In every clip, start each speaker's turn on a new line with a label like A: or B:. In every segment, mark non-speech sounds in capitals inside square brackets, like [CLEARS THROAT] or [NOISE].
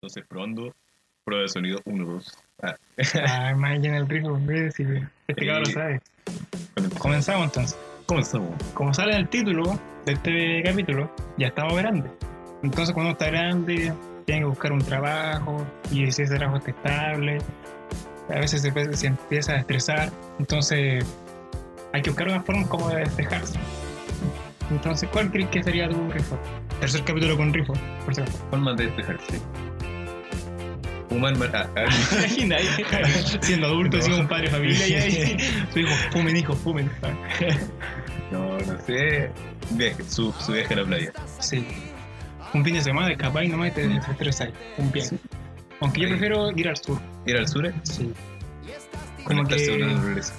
A: Entonces, pronto, prueba de sonido 1, 2. Ah.
B: Ay, Mike en el ritmo, mire, si este
A: Eh.
B: cabrón sabe.
A: Comenzamos.
B: Comenzamos entonces.
A: Comenzamos.
B: Como sale en el título de este capítulo, ya estamos grandes. Entonces, cuando uno está grande, tiene que buscar un trabajo y si ese trabajo está estable, a veces se, empieza- se empieza a estresar. Entonces, hay que buscar una forma como de despejarse. Entonces, ¿cuál crees que sería tu rifo? Tercer capítulo con rifo, por si acaso.
A: Formas de este despejarse. Fumar mar- ah, ah.
B: [LAUGHS] Imagina, ahí, siendo adulto,
A: No.
B: siendo un padre de familia, y [LAUGHS] ahí su hijo, fumen, hijo, fumen.
A: No, no sé. Viaje, su, su viaje a la playa.
B: Sí. Un fin de semana de capaz y nomás te estresas ahí, un viaje.
A: Sí.
B: Aunque yo
A: Sí.
B: prefiero ir al sur,
A: Ir al sur,
B: sí. Como
A: conectarse con la
B: que
A: naturaleza.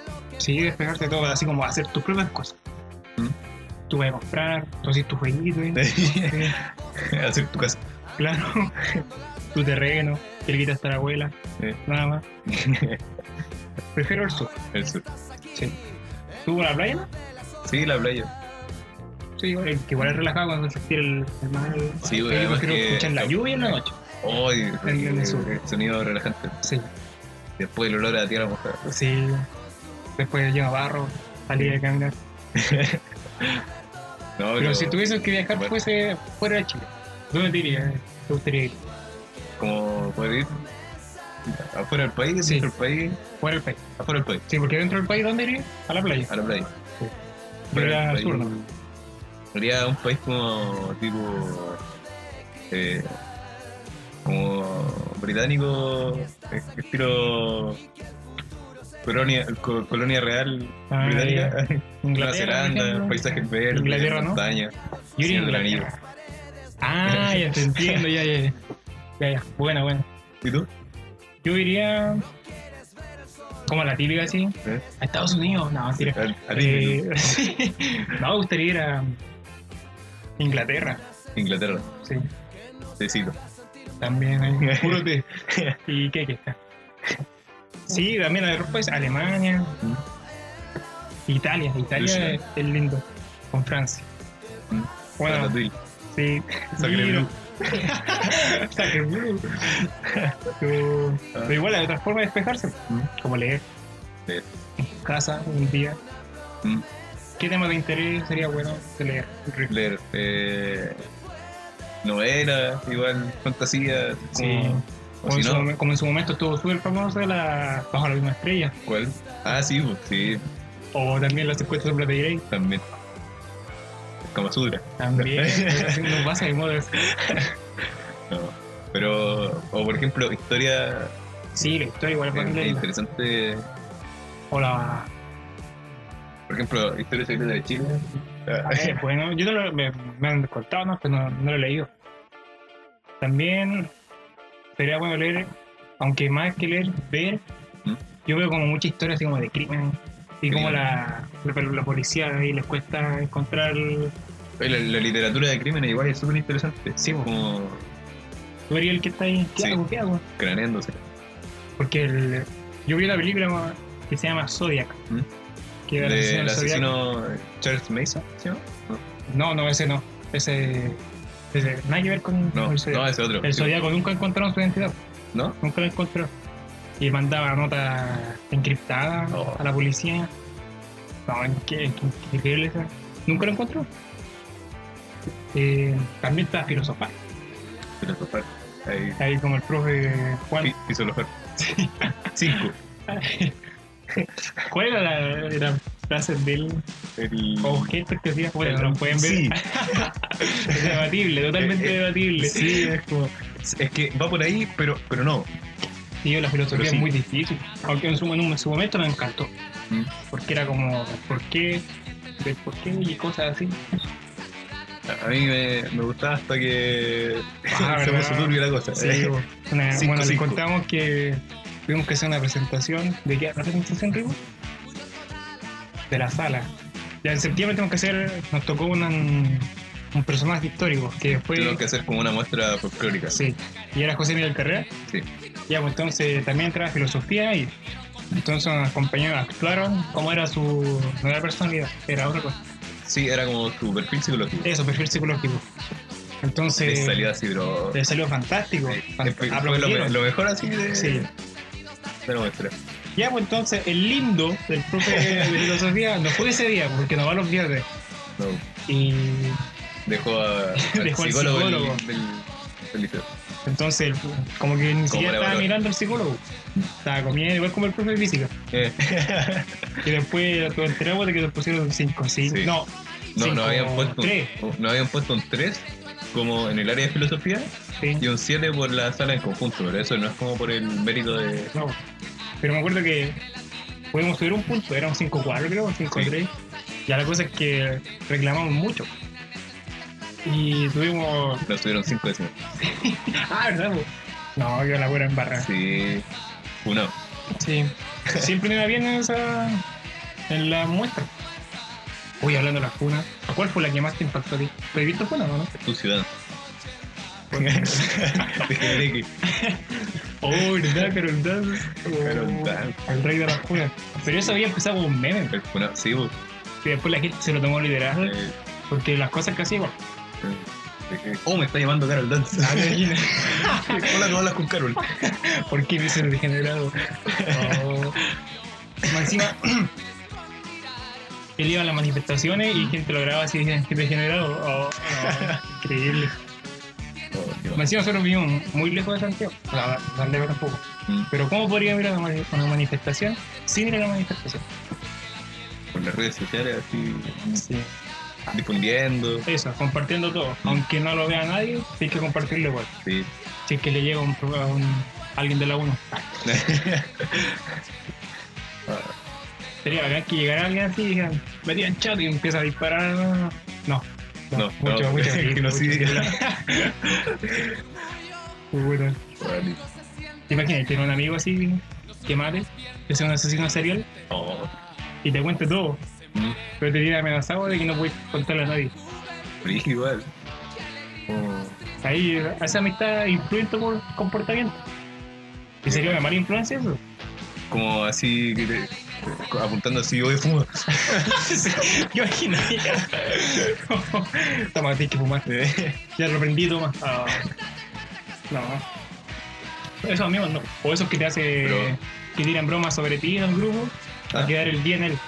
A: [LAUGHS]
B: sí, despegarte de todo, así como hacer tus propias cosas.
A: Mm.
B: Tú vas a comprar, tú haces tu jueguito,
A: [LAUGHS]
B: ¿eh? Sí,
A: Hacer tu casa.
B: claro, tu terreno, que le quitas a la abuela,
A: Sí. [LAUGHS]
B: nada más. Prefiero el sur.
A: El sur.
B: ¿Tú a la playa?
A: Sí, la playa.
B: Sí, igual, que igual es relajado cuando se estira el, el mar.
A: Sí, güey,
B: Yo
A: además
B: prefiero
A: que-
B: escuchar la lluvia en la noche.
A: Oh, y-
B: En- en el sur.
A: el sonido relajante.
B: Sí,
A: Después el olor a la tierra pues, mojada.
B: sí. Después lleva barro, salir a caminar.
A: No,
B: Pero si tuvieses que viajar pues.
A: bueno.
B: fuese fuera de Chile, ¿dónde te irías? ¿Te gustaría ir?
A: como puede ir afuera del país,
B: Sí.
A: dentro del país,
B: Fuera del país.
A: afuera del país,
B: Sí, porque dentro del país, ¿dónde irías? A la playa.
A: a la playa.
B: Sí. Yo
A: Fuera del
B: iría al
A: país.
B: sur, ¿no?
A: Sería un país como tipo eh, como británico, eh, estilo colonia, co- colonia real
B: Ah,
A: británica, [LAUGHS] Nueva
B: Inglaterra. por
A: Zelanda,
B: ejemplo.
A: paisajes verdes,
B: Inglaterra, ¿no?
A: montañas,
B: Yo iría a
A: Señor del Anillo.
B: Inglaterra. Ah, ya
A: [LAUGHS]
B: te entiendo, ya, ya, ya. Ya, ya. Bueno, bueno.
A: ¿Y tú?
B: Yo iría. Como la típica, así.
A: ¿Eh?
B: A Estados Unidos. No, mentira.
A: A, a ti,
B: Eh, sí. [LAUGHS] No, me gustaría ir a Inglaterra.
A: Inglaterra,
B: Sí,
A: tecito.
B: también hay puro [LAUGHS] té. ¿Y qué, qué está? Sí, también a ver, pues Alemania,
A: Mm.
B: Italia. Italia es,
A: Rusia.
B: es lindo, con Francia.
A: Mm.
B: Bueno,
A: Ratatouille,
B: sí.
A: Sacre
B: Mira,
A: Blue.
B: [LAUGHS] Sacre Blue. Pero- Pero igual hay otras formas de despejarse,
A: Ah. Mm.
B: como leer.
A: Leer.
B: En casa, un día.
A: Mm.
B: ¿Qué tema de interés sería bueno de leer?
A: leer eh, novelas, igual fantasía, como,
B: Sí.
A: o
B: Como,
A: si
B: en su,
A: no,
B: momen- como en su momento estuvo súper famosa la Bajo la misma estrella,
A: ¿cuál? Ah, sí, pues, sí,
B: o también las 50 sombras de Grey,
A: también. Kama Sutra, [LAUGHS]
B: también, nos pasa de moda.
A: no. Pero, o por ejemplo, historia
B: Sí, la historia igual es
A: eh,
B: bastante linda.
A: interesante,
B: O la...
A: por ejemplo, historia secreta de Chile. Ah,
B: a
A: [LAUGHS]
B: ver, bueno, yo pues, no lo, me, me han contado, ¿no? pero no, no lo he leído. También sería bueno leer, aunque más que leer, ver,
A: ¿Mm?
B: yo veo como mucha historia así como de crimen, y como
A: Crimen.
B: la, la, la policía ahí les cuesta encontrar...
A: La, la literatura de crímenes igual es súper interesante,
B: Sí, pues.
A: como
B: Tú eres el que está ahí, ¿qué
A: Sí.
B: hago, qué hago?
A: craneándose.
B: Porque el- yo vi una película ma- que se llama Zodiac.
A: ¿Mm?
B: Que era el asesino
A: Del
B: del Zodiac.
A: asesino Charles Mason, ¿sí? o no?
B: No, no, ese no. Ese. ese nada que ver con
A: No,
B: el
A: no,
B: Zodiac.
A: ese otro.
B: el
A: sí,
B: Zodiaco nunca encontraron su identidad.
A: ¿No?
B: Nunca la encontró. Y mandaba nota encriptada
A: Oh.
B: a la policía. No, en qué, qué- qué increíble esa. Nunca lo encontró. Eh, también está filosofal.
A: Filosofar. Ahí,
B: Ahí como el profe Juan.
A: fi- filosofar. [LAUGHS] Cinco.
B: ¿Cuál era la, la frase de él?
A: El...
B: objetos que hacía Oh, bueno, no lo pueden ver.
A: Sí.
B: [LAUGHS] Es debatible, totalmente
A: Eh, eh,
B: [LAUGHS] debatible.
A: sí, es como. Es que va por ahí, pero, pero no.
B: Y yo la filosofía
A: Pero sí.
B: es muy difícil. Aunque en su, en un- en su momento me encantó.
A: Mm.
B: Porque era como, ¿por qué? ¿Del ¿Por qué? Y
A: [LAUGHS]
B: cosas así.
A: A mí me, me gustaba hasta que
B: Ah,
A: [LAUGHS] se
B: ¿verdad?
A: puso turbia la cosa. [LAUGHS]
B: Sí, bo. Una-
A: Cinco,
B: bueno, les
A: cinco.
B: contamos que tuvimos que hacer una presentación. ¿De qué era la presentación, Rico? De la sala. Ya en septiembre tenemos que hacer, nos tocó una- un personaje histórico que después...
A: Tengo que hacer como una muestra folclórica.
B: Sí. ¿Y era José Miguel Carrera?
A: Sí.
B: Ya, pues entonces también entraba filosofía y entonces los compañeros actuaron como era su. no era personalidad, era otra cosa.
A: Sí, era como su perfil psicológico.
B: Eso, perfil psicológico.
A: Le
B: Entonces,
A: salió así, bro.
B: le salió fantástico.
A: Sí, fue-
B: fan-
A: fue lo, me-
B: aplaudieron.
A: lo mejor así de,
B: Sí.
A: de la muestra.
B: Ya, pues entonces, el lindo del profe de filosofía no fue ese día, pues, porque no va los viernes.
A: No,
B: Y
A: dejó
B: [LAUGHS]
A: a, al
B: Dejó al
A: psicólogo, del-
B: psicólogo.
A: Del, del liceo.
B: entonces, el- como que ni siquiera
A: le
B: estaba
A: valor.
B: mirando al psicólogo. Estaba comiendo, igual como el profe de física.
A: Eh,
B: Y después nos enteramos de que nos pusieron 5, ¿sí?
A: Sí.
B: No,
A: No,
B: Cinco,
A: no, habían puesto
B: tres.
A: un, no habían puesto un 3 como en el área de filosofía
B: sí.
A: y un 7 por la sala en conjunto, pero eso no es como por el mérito de...
B: No, pero me acuerdo que pudimos subir un punto, era un 5-4 creo, un 5-3. Ya la cosa es que reclamamos mucho. Y tuvimos... [LAUGHS]
A: Nos subieron 5 décimas.
B: Ah, ¿verdad? po? No, yo la buena embarrada.
A: Sí. Uno.
B: Sí. [LAUGHS] Siempre me va bien en esa... En la muestra. Uy, hablando de las funas. ¿Cuál fue la que más te impactó a ti? ¿Te visto funa o no?
A: Tu [LAUGHS] ciudad. [LAUGHS] pues, Ah. Fíjate que-
B: Oh, verdad, Caroldan.
A: Caroldan.
B: El rey de las funas. Pero eso había empezado como un meme.
A: el funo- sí, pues,
B: Y después la gente se lo tomó liderazgo.
A: eh,
B: Porque las cosas que hacía, bueno,
A: eh, Oh, me está llamando Carol [LAUGHS] Dance.
B: Ah, me [LAUGHS] imagino.
A: Hola, no hablas con Carol.
B: ¿Por qué me hice el degenerado? Oh. Más Encima, [CLEARS THROAT] él iba a las manifestaciones y gente lo grababa así, decían, "Qué degenerado. Oh, no, increíble.
A: Oh, qué
B: Más Encima, nosotros vivimos muy lejos de Santiago, o sea, más lejos tampoco.
A: Mm.
B: Pero ¿cómo podría ir a una mani- una manifestación sin ir a la manifestación?
A: Por las redes sociales, así,
B: Sí.
A: difundiendo.
B: Eso, compartiendo todo. Aunque no lo vea nadie, hay que compartirlo igual.
A: Sí.
B: Si es que le llega un, pro- a un- alguien de la 1. Sería bacán que llegara alguien así y dijeran, metían chat y empieza a disparar. No, no,
A: No,
B: mucho,
A: no, [LAUGHS]
B: mucho.
A: que
B: grito,
A: no
B: mucho [LAUGHS]
A: siga.
B: grito. Muy bueno.
A: Vale.
B: ¿Te imaginas tener un amigo así que mate, que sea un asesino serial
A: [LAUGHS] Oh,
B: y te cuente todo,
A: mm,
B: pero te tiene amenazado de que no puedes contarle a nadie?
A: brígido igual. Oh,
B: Ahí eh, esa amistad influye en tu comportamiento. ¿Y sería una mala influencia eso?
A: como así, que te- eh, apuntando así, oye, fuma. [LAUGHS]
B: Yo imaginaría. Toma, tienes que fumar. Ya lo aprendí, toma. Ah. No. Esos amigos no. O esos que te hace.
A: Pero-
B: que tiran bromas sobre ti en el grupo. A
A: Ah.
B: quedar el día en él.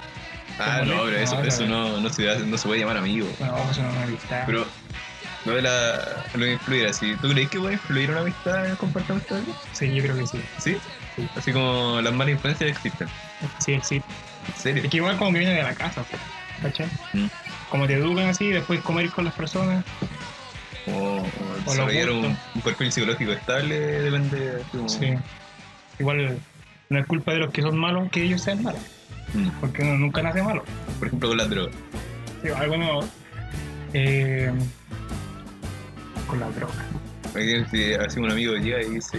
A: Ah, no, pero eso,
B: No,
A: eso
B: no.
A: no, no, se, hace- no se puede llamar amigo.
B: No, eso no es una amistad.
A: Pero lo de la. lo de influir así. ¿Tú crees que puede influir una amistad en el comportamiento de alguien?
B: Sí, yo creo que sí.
A: ¿Sí?
B: Sí.
A: Así como las malas influencias existen.
B: Sí, sí.
A: ¿En serio?
B: Es que igual como que viene de la casa. pues, ¿Cachai?
A: Mm.
B: Como te educan así, después comer con las personas.
A: O, o desarrollar un,
B: gustos.
A: un perfil psicológico estable depende. así como-
B: Sí. Igual no es culpa de los que son malos que ellos sean malos.
A: Mm.
B: Porque uno nunca nace malo.
A: Por ejemplo, con las drogas.
B: Sí, algunos. eh, con la droga.
A: Imagínate si así un amigo llega y dice: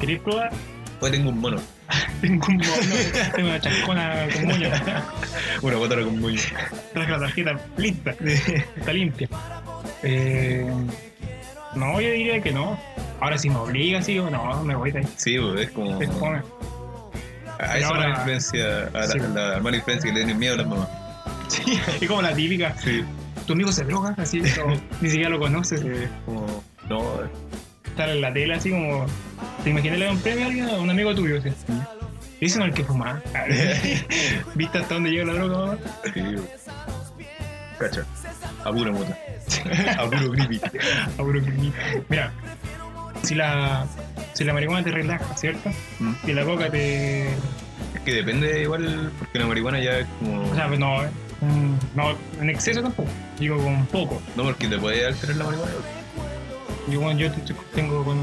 B: ¿Queréis probar? [LAUGHS]
A: Hoy tengo un mono.
B: Tengo un mono, tengo una chascona con moño.
A: Una patara con moño.
B: Traje la tarjeta lista, está limpia. Eh, no, yo diría que no. Ahora si me obliga, sí, o no, me voy de ahí.
A: Sí, pues, es como.
B: Es fome.
A: A esa
B: Ahora-
A: mala influencia, a la,
B: Sí.
A: la mala influencia que le tienen miedo a las mamás.
B: Sí, es como la típica.
A: Sí.
B: Tu amigo se droga, así, no, ni siquiera lo conoces.
A: Como. No,
B: Estar en la tela, así como. ¿Te imaginas le da un premio a alguien, a un amigo tuyo? Así. Ese no es el que fumaba. [LAUGHS] ¿Viste hasta dónde llega la droga, mamá?
A: Sí, güey. Cacha. A pura mota. A puro creepy.
B: Ahora que- Mira, si la, si la marihuana te relaja, ¿cierto?
A: Mm.
B: Y la coca te.
A: Es que depende igual, porque la marihuana ya es como.
B: O sea, pues no, eh, mm, no, en exceso tampoco. Digo, con poco.
A: No, porque te puede alterar la marihuana. güey.
B: Yo, bueno, yo t- tengo con.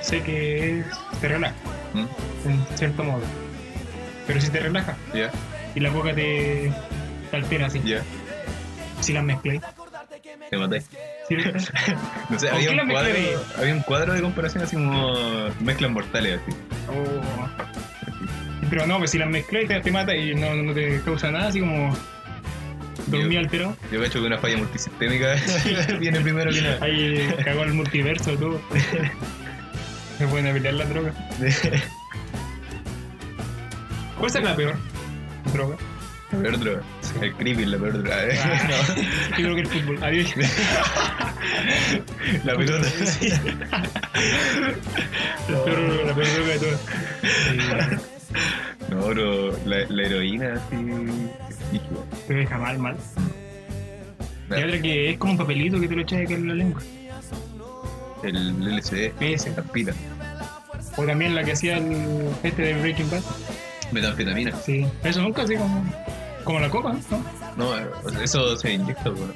B: Sé que es- te relaja,
A: Mm,
B: en cierto modo. Pero si te relaja
A: Ya,
B: y la coca te, te altera así.
A: ya.
B: Si las mezclas,
A: Te matáis.
B: ¿cierto?
A: No sé,
B: ¿Con
A: había
B: qué la
A: un, cuadro,
B: mezclaría?
A: había un cuadro de comparación así como mezclas mortales. Así.
B: Oh. Pero no, pues si las mezclas te, te mata y no, no te causa nada, así como. Dormí
A: Yo-
B: alterado.
A: Yo cacho que una falla multisistémica [LAUGHS] viene primero que nada.
B: [LAUGHS] Ahí cagó el multiverso,
A: [LAUGHS]
B: todo. Se pueden pelear la droga. ¿Cuál es la peor
A: [LAUGHS]
B: droga?
A: eh.
B: Ah,
A: La peor droga. El creepy es la peor droga.
B: Yo creo que el fútbol. Adiós.
A: [LAUGHS] La
B: [LAUGHS]
A: pelota.
B: Sí. La peor- la peor droga de todas. Eh,
A: No, pero la, la heroína así. brígido.
B: Te deja mal, mal.
A: Nah,
B: Y otra que es como un papelito que te lo echas acá en la lengua.
A: El LCD,
B: Ese.
A: tampina,
B: O también la que hacía el, este de Breaking Bad.
A: metanfetamina.
B: Sí. Eso nunca así como, como la copa, ¿no?
A: No, eso se inyecta, weón.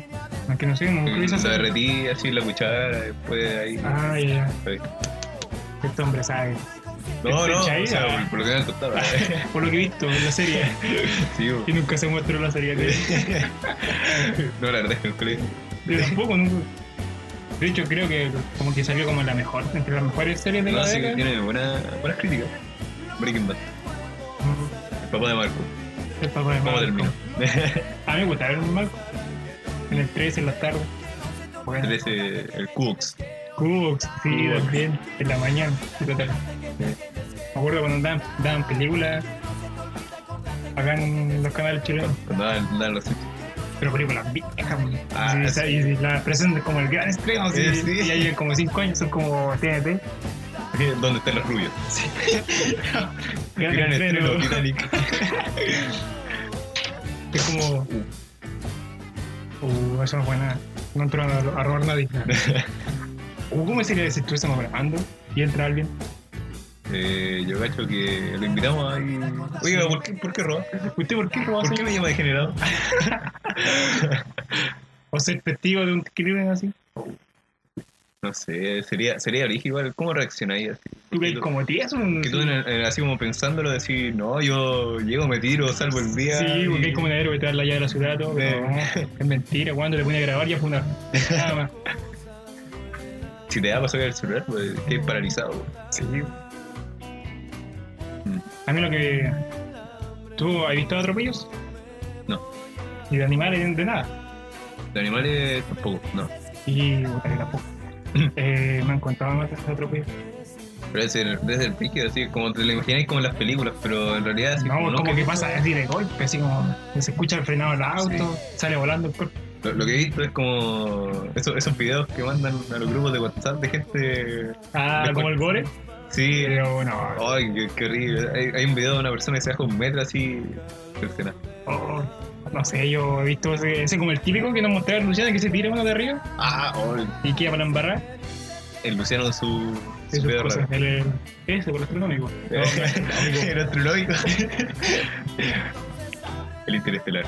B: Aunque no sé, nunca hice
A: Lo
B: eso.
A: derretí así en la cuchara, después ahí.
B: Ah, ya, ya.
A: Sí.
B: Este hombre sabe.
A: [LAUGHS] No,
B: Este
A: no,
B: chai,
A: o sea,
B: ah.
A: por- por lo que me han [LAUGHS] contado. eh.
B: Por lo que he visto en la serie.
A: Sí, bo. [LAUGHS]
B: Y nunca se mostró la serie. que-
A: No, la verdad es que nunca lo hice.
B: Yo tampoco, nunca. De hecho, creo que como que salió como la mejor, entre las mejores series de
A: No,
B: la
A: sí que
B: década.
A: tiene buena- buenas críticas. Breaking Bad,
B: Mm,
A: el papá de Marco.
B: El papá de
A: ¿Cómo
B: Malcolm.
A: terminó? [LAUGHS]
B: A mí me gustaba el Malcolm. En el 3 en la tarde.
A: El,
B: Bueno,
A: ese, el Cooks.
B: Cooks, sí,
A: Cooks.
B: también. En la mañana, en la tarde. Me acuerdo cuando daban, daban películas acá en los canales chilenos,
A: Cuando daban daban los
B: pero películas viejas. güey.
A: Ah,
B: y,
A: sí.
B: y la presentan como el gran estreno,
A: Sí,
B: sí,
A: sí.
B: ya llevan como 5 años, son como TNT.
A: [LAUGHS] ¿Dónde están los rubios?
B: Gran, estreno.
A: Titanic. [LAUGHS]
B: Es como. Uh, eso no fue nada. No entró a, a robar
A: [LAUGHS]
B: nadie. Uh, ¿Cómo sería si estuviésemos grabando y entra alguien?
A: Eh, yo gacho que lo invitamos ahí. Oiga, ¿por qué, por qué robaste?
B: ¿Usted por qué robó
A: ¿Por qué
B: así?
A: me llama degenerado?
B: ¿O ser testigo de un crimen así?
A: No sé, sería, sería brígido igual. ¿Cómo reaccionaría? así?
B: ¿Tú
A: Que
B: que
A: tú-
B: como tieso? un-
A: Que tú, en el- en- así como pensándolo, decir, no, yo llego, me tiro, salvo el día.
B: Sí, porque es como un héroe que te da la llave de la ciudad, todo. pero
A: Sí.
B: no, es mentira, cuando le pone a grabar ya
A: [LAUGHS]
B: fue una. Nada más.
A: Si te da paso el celular, pues estás paralizado.
B: Sí. A mí lo que. ¿Tú has visto atropellos?
A: No.
B: ¿Y de animales? De nada.
A: De animales tampoco, no.
B: Y botaré la poca. [CLEARS THROAT] eh, me han contado más de ese atropello.
A: Pero es el, desde el brígido, así como te lo imagináis como en las películas, pero en realidad así
B: No,
A: Ah, no,
B: como que pasa así de golpe, así como se escucha el frenado del auto, sale volando el cuerpo.
A: Lo, lo que he visto es como esos, esos videos que mandan a los grupos de WhatsApp de gente.
B: Ah,
A: De
B: como el gore.
A: Sí,
B: Pero no,
A: ay, qué, qué horrible. Hay, hay un video de una persona que se baja un metro así. cercana.
B: oh, no sé, yo he visto ese, ese como el típico que nos mostraba Luciana que se tira uno de arriba
A: Ah, oh,
B: y queda para embarrar.
A: el Luciano con su. su
B: Esas
A: video
B: cosas.
A: raro.
B: El, el- ese, por astronómico.
A: [LAUGHS]
B: No, amigo.
A: el astrológico. [LAUGHS] el interestelar.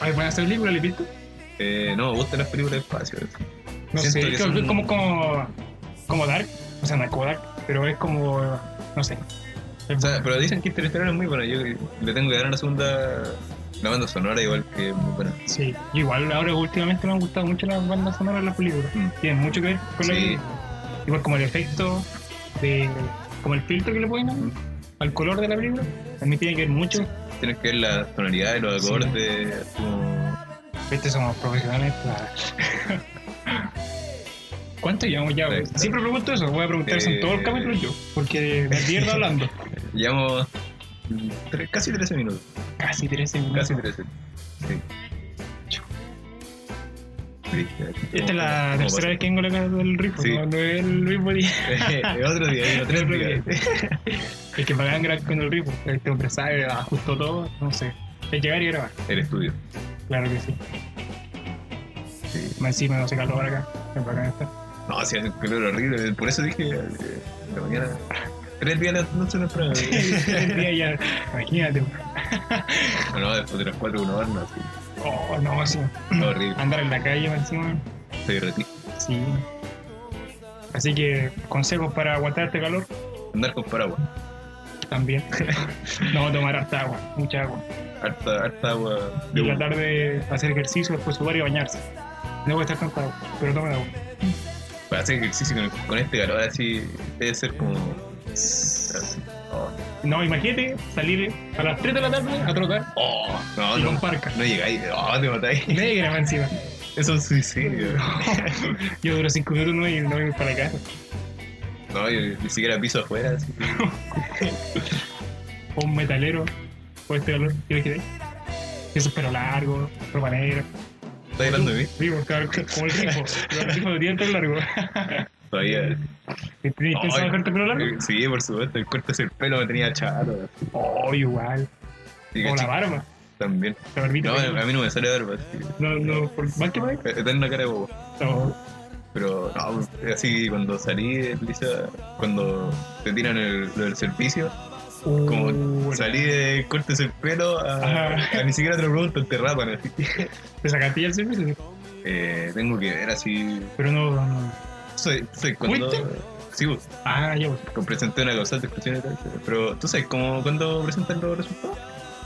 B: Ay, buena esa película, ¿la has visto?
A: Eh, no, me gustan las películas de espacio.
B: No
A: Siento
B: sé,
A: que
B: creo
A: son-
B: que es como, como, como Dark. O sea, no es como Dark, pero es como. No sé.
A: O sea, pero dicen que Interestelar es muy buena. Yo le tengo que dar una segunda. La banda sonora, igual que es muy buena.
B: Sí, igual ahora últimamente me han gustado mucho las bandas sonoras de las películas.
A: Mm.
B: Tienen mucho que ver con la
A: Sí.
B: película. Igual como el efecto, de, como el filtro que le ponen
A: Mm.
B: al color de la película, también tiene que ver mucho.
A: Tienes que ver las tonalidades, los
B: Sí.
A: acordes. como-
B: Viste, somos profesionales. pa. [LAUGHS] ¿Cuánto llevamos ya?
A: Exacto.
B: Siempre pregunto eso, voy a preguntar eso en todo el
A: Eh.
B: capítulo yo, porque me
A: [LAUGHS]
B: pierdo hablando.
A: Llevamos tre- casi 13 minutos.
B: Casi 13 minutos.
A: Casi 13. Sí. Sí,
B: Esta es la
A: ¿cómo [LAUGHS]
B: tercera vez que vengo a la casa del rifo,
A: Sí.
B: no, no es el mismo día. [LAUGHS]
A: pasa? Eh, otro día, no, tres
B: Otro
A: días.
B: Es que pagan grabar con el rifo, este hombre sabe, ajustó todo, no sé. Es llegar y grabar,
A: El estudio.
B: claro que sí.
A: Sí.
B: Más encima no se calor acá, es bacán estar.
A: No, sí, hace un calor horrible. Por eso dije eh, la mañana. Tres días la noche no prueba.
B: El día [LAUGHS] ya, imagínate.
A: No, no, después de las cuatro uno horno, así.
B: Oh, no, sí.
A: Está horrible.
B: Andar en la calle más encima,
A: Estoy retito.
B: sí. Así que, consejos para aguantar este calor,
A: Andar con paraguas.
B: también. [LAUGHS] No tomar harta agua, mucha agua.
A: Harta, harta agua.
B: Y
A: de
B: en la
A: humo.
B: tarde hacer ejercicio, después sudar y bañarse. No voy a estar cansado, pero tomen agua.
A: Para hacer ejercicio con, con este calor así debe ser como. Así. Oh,
B: No, imagínate salir a las 3 de la tarde a trotar
A: oh, no,
B: y con
A: no.
B: parca.
A: No llegáis, oh, te matáis.
B: Negra más encima.
A: Eso es un suicidio.
B: Yo duro 5 minutos no y no voy para la casa.
A: No, yo ni siquiera piso afuera. así.
B: o un metalero por este calor. Yo me quedé. Esos pelo largo, ropa negra.
A: ¿Estás hablando de mí?
B: Sí, porque ahora- como el rico, pero el rico tiene el pelo largo.
A: Todavía.
B: ¿Y ¿Tenías pensado
A: Ay,
B: dejarte el pelo largo?
A: eh, Sí, por supuesto. El corte del pelo me tenía chato.
B: Oh, igual.
A: Y
B: O la
A: cachín
B: barba,
A: También.
B: la barbita.
A: No, a
B: pequeña.
A: mí no me sale pues, barba. así.
B: No, no, por más que más.
A: Eh, Tengo una cara de bobo.
B: No,
A: Pero no, pues, así cuando salí del liceo, cuando te tiran el, lo del servicio,
B: Uh,
A: como salí de cortes el pelo, a,
B: Ajá.
A: a ni siquiera te lo preguntan, te rapan así. [LAUGHS]
B: Te sacaste ya el servicio,
A: Eh, tengo que ver así.
B: pero no. no.
A: Soy, soy cuando.
B: ¿Fuiste?
A: Sí, pues,
B: Ah, ya, pues.
A: como presenté una causal de exclusión y tal. Pero tú sabes cómo cuando presentan los resultados.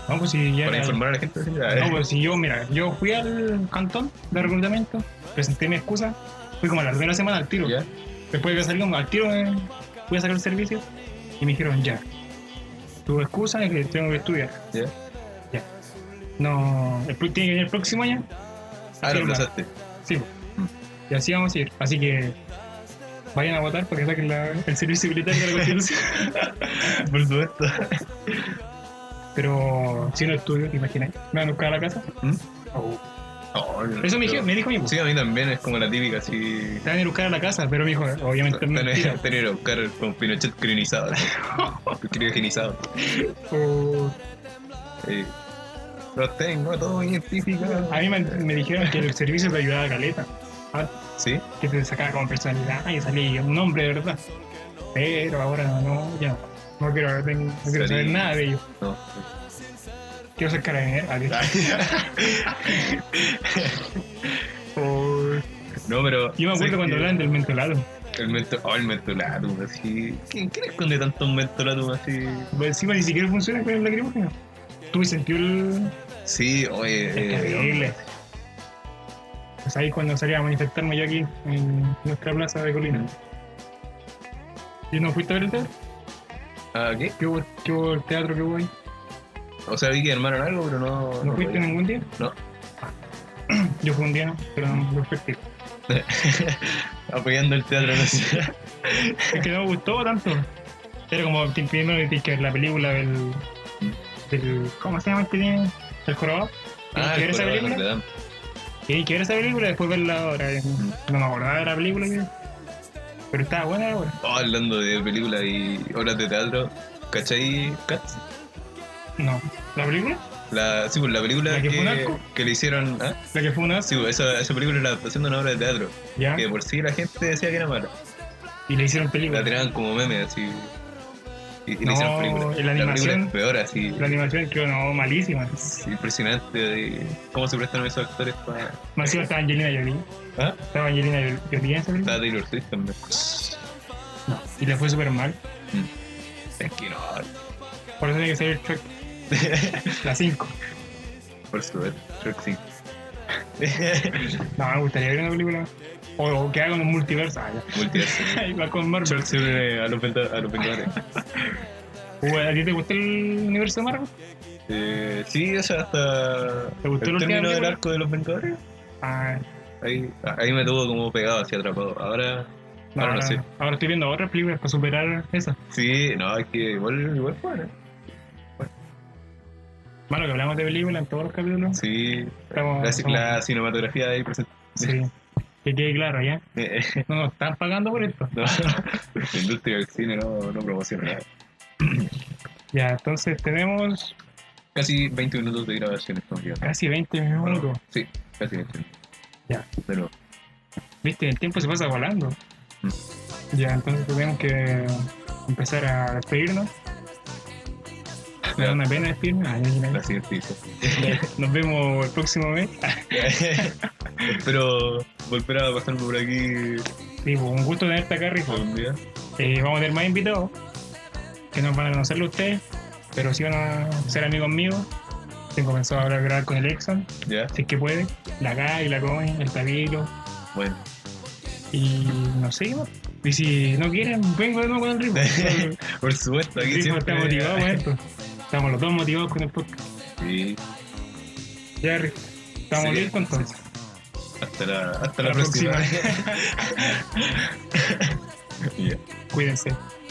B: No, pues si ya.
A: Para
B: era-
A: informar a la gente. así, ah,
B: No, pues si yo, mira, yo fui al cantón de reclutamiento, presenté mi excusa, fui como a la primera semana al
A: [LAUGHS]
B: tiro.
A: ya.
B: Después de que salimos al tiro, eh, fui a sacar el servicio y me dijeron ya. Tu excusa es que tengo que estudiar.
A: Ya.
B: Ya. No, el, pro- tiene que venir el próximo año.
A: Ah, lo
B: Afirma. [LAUGHS]
A: aplazaste.
B: Sí. po.
A: Mm.
B: Y así vamos a ir. Así que vayan a votar porque saquen la- el servicio militar de
A: [LAUGHS]
B: la constitución.
A: Por supuesto.
B: Pero si no estudio, ¿te imaginas? Me van a buscar a la casa.
A: ¿Mm?
B: Oh.
A: No, no,
B: Eso me, dijo,
A: pero-
B: me dijo mi
A: Sí, a mí también es como la típica, así.
B: Te van a ir a buscar a la casa, pero me dijo, obviamente es mentira.
A: Tener, [LAUGHS] tener a buscar con Pinochet crinizado.
B: [LAUGHS]
A: Criogenizado.
B: Oh.
A: Eh, los tengo todos identificados.
B: A mí me, me dijeron que el servicio te ayudaba a caleta.
A: Sí,
B: que te sacaba como personalidad y salí un hombre de verdad. Pero ahora no, ya no, no quiero, ten- no quiero saber
A: Salí-
B: nada de ellos.
A: no. [LAUGHS]
B: Quiero ser carabinero. adiós. Por-
A: No, pero.
B: Yo me
A: sé
B: acuerdo cuando
A: que
B: hablaban del mentolado.
A: El mento, oh, el mentolatum, así. ¿Quién, quién esconde tanto un mentolatum así?
B: Por Pues, Encima ni siquiera funciona con el lacrimógeno. Tuve sentido el.
A: Sí, oye.
B: Es
A: eh,
B: terrible. Pues ahí cuando salía a manifestarme yo aquí en nuestra plaza de Colina. ¿Y no fuiste a ver el teatro?
A: ¿Ah, qué?
B: ¿Qué hubo, qué hubo el teatro que hubo ahí?
A: O sea, vi que armaron algo, pero no.
B: ¿No fuiste
A: lo vi.
B: ningún día?
A: No.
B: Yo fui un día, pero no lo fui.
A: Apoyando el teatro
B: [LAUGHS]
A: nacional.
B: Es que no me gustó tanto. Era como te- primero que tienes que ver la película del, del. ¿Cómo se llama este tiene? El jorobado.
A: Ah,
B: Tienes que ver esa
A: Corazón de
B: película.
A: Notre Dame.
B: Tienes que ver esa película y después verla ahora. eh.
A: Mm.
B: No me acordaba de la película. que- Pero estaba buena ahora.
A: Oh, hablando de películas y obras de teatro, ¿cachai? Cats?
B: No. ¿La película?
A: La, sí, pues la película
B: ¿La que
A: que,
B: fue un arco?
A: que le hicieron. ¿ah?
B: La que fue una.
A: Sí, pues, esa, esa película era la adaptación de una obra de teatro.
B: Ya.
A: Que de por sí la gente decía que era mala.
B: Y le hicieron película.
A: La tiraban como meme, así. Y, y le
B: No,
A: hicieron película.
B: y la
A: película
B: animación.
A: es peor, así.
B: La animación creo no, malísima.
A: Es impresionante de cómo se prestan esos actores para.
B: Más encima estaba Angelina Jolie.
A: ¿Ah?
B: Estaba Angelina Jolie- Jolie en esa película.
A: Está Taylor Swift también.
B: Y le fue súper mal.
A: Es que no.
B: Por eso tiene que salir Shrek, la 5.
A: Por suerte, Shrek sí. [LAUGHS]
B: No, me gustaría ver una película. O, o que hagan un multiverso. Ah,
A: Multiverso.
B: ya. [LAUGHS] Ahí va con Marvel.
A: Shrek sirve a los venta- a los Vengadores.
B: Uy, Uh, ¿A ti te gusta el universo de Marvel?
A: Eh, sí, o sea, hasta.
B: ¿Te gustó
A: el
B: la última
A: término del
B: película?
A: arco de los Vengadores?
B: Ah,
A: Ahí, ahí me tuvo como pegado, así atrapado. Ahora.
B: no,
A: Ahora
B: ahora,
A: no sé.
B: ahora estoy viendo otras películas para superar esa.
A: Sí, no, es que igual, igual fue, ¿no?
B: Malo que hablamos de películas en todos los capítulos.
A: Sí,
B: Estamos,
A: la,
B: estamos-
A: la cinematografía ahí presente.
B: sí. Que quede claro, ¿ya?
A: Eh, [LAUGHS] eh,
B: No nos están pagando por esto.
A: no. La industria del cine no, no promociona nada.
B: Ya, entonces tenemos
A: Casi 20 minutos de grabación estamos llegando.
B: casi 20
A: Ah,
B: minutos.
A: Sí, casi 20 minutos.
B: Ya.
A: De nuevo.
B: Viste, el tiempo se pasa volando. Ya, entonces tenemos que empezar a despedirnos. Me da una pena despedirme. Ay, ay, ay.
A: La siguiente [LAUGHS] dice.
B: Nos vemos el próximo mes.
A: Espero volver a pasarme por aquí
B: Sí, pues, un gusto tenerte acá, Rijo.
A: algún día.
B: Eh, vamos a tener más invitados que no van a conocerlo ustedes, pero sí van a ser amigos míos. Tengo pensado ahora grabar con el Exxon,
A: Ya,
B: si es que puede. La Gai, la Coin, el Tabilo.
A: bueno.
B: Y no sé, ¿no? Y si no quieren, vengo de nuevo con el Rijo. El
A: Por supuesto, aquí
B: Rijo
A: siempre.
B: está motivado con esto. Estamos los dos motivados con el podcast.
A: Sí.
B: Ya, Rijo. Estamos
A: Sí,
B: listos entonces.
A: Hasta la, hasta la,
B: La
A: próxima.
B: próxima.
A: Ya.
B: Cuídense.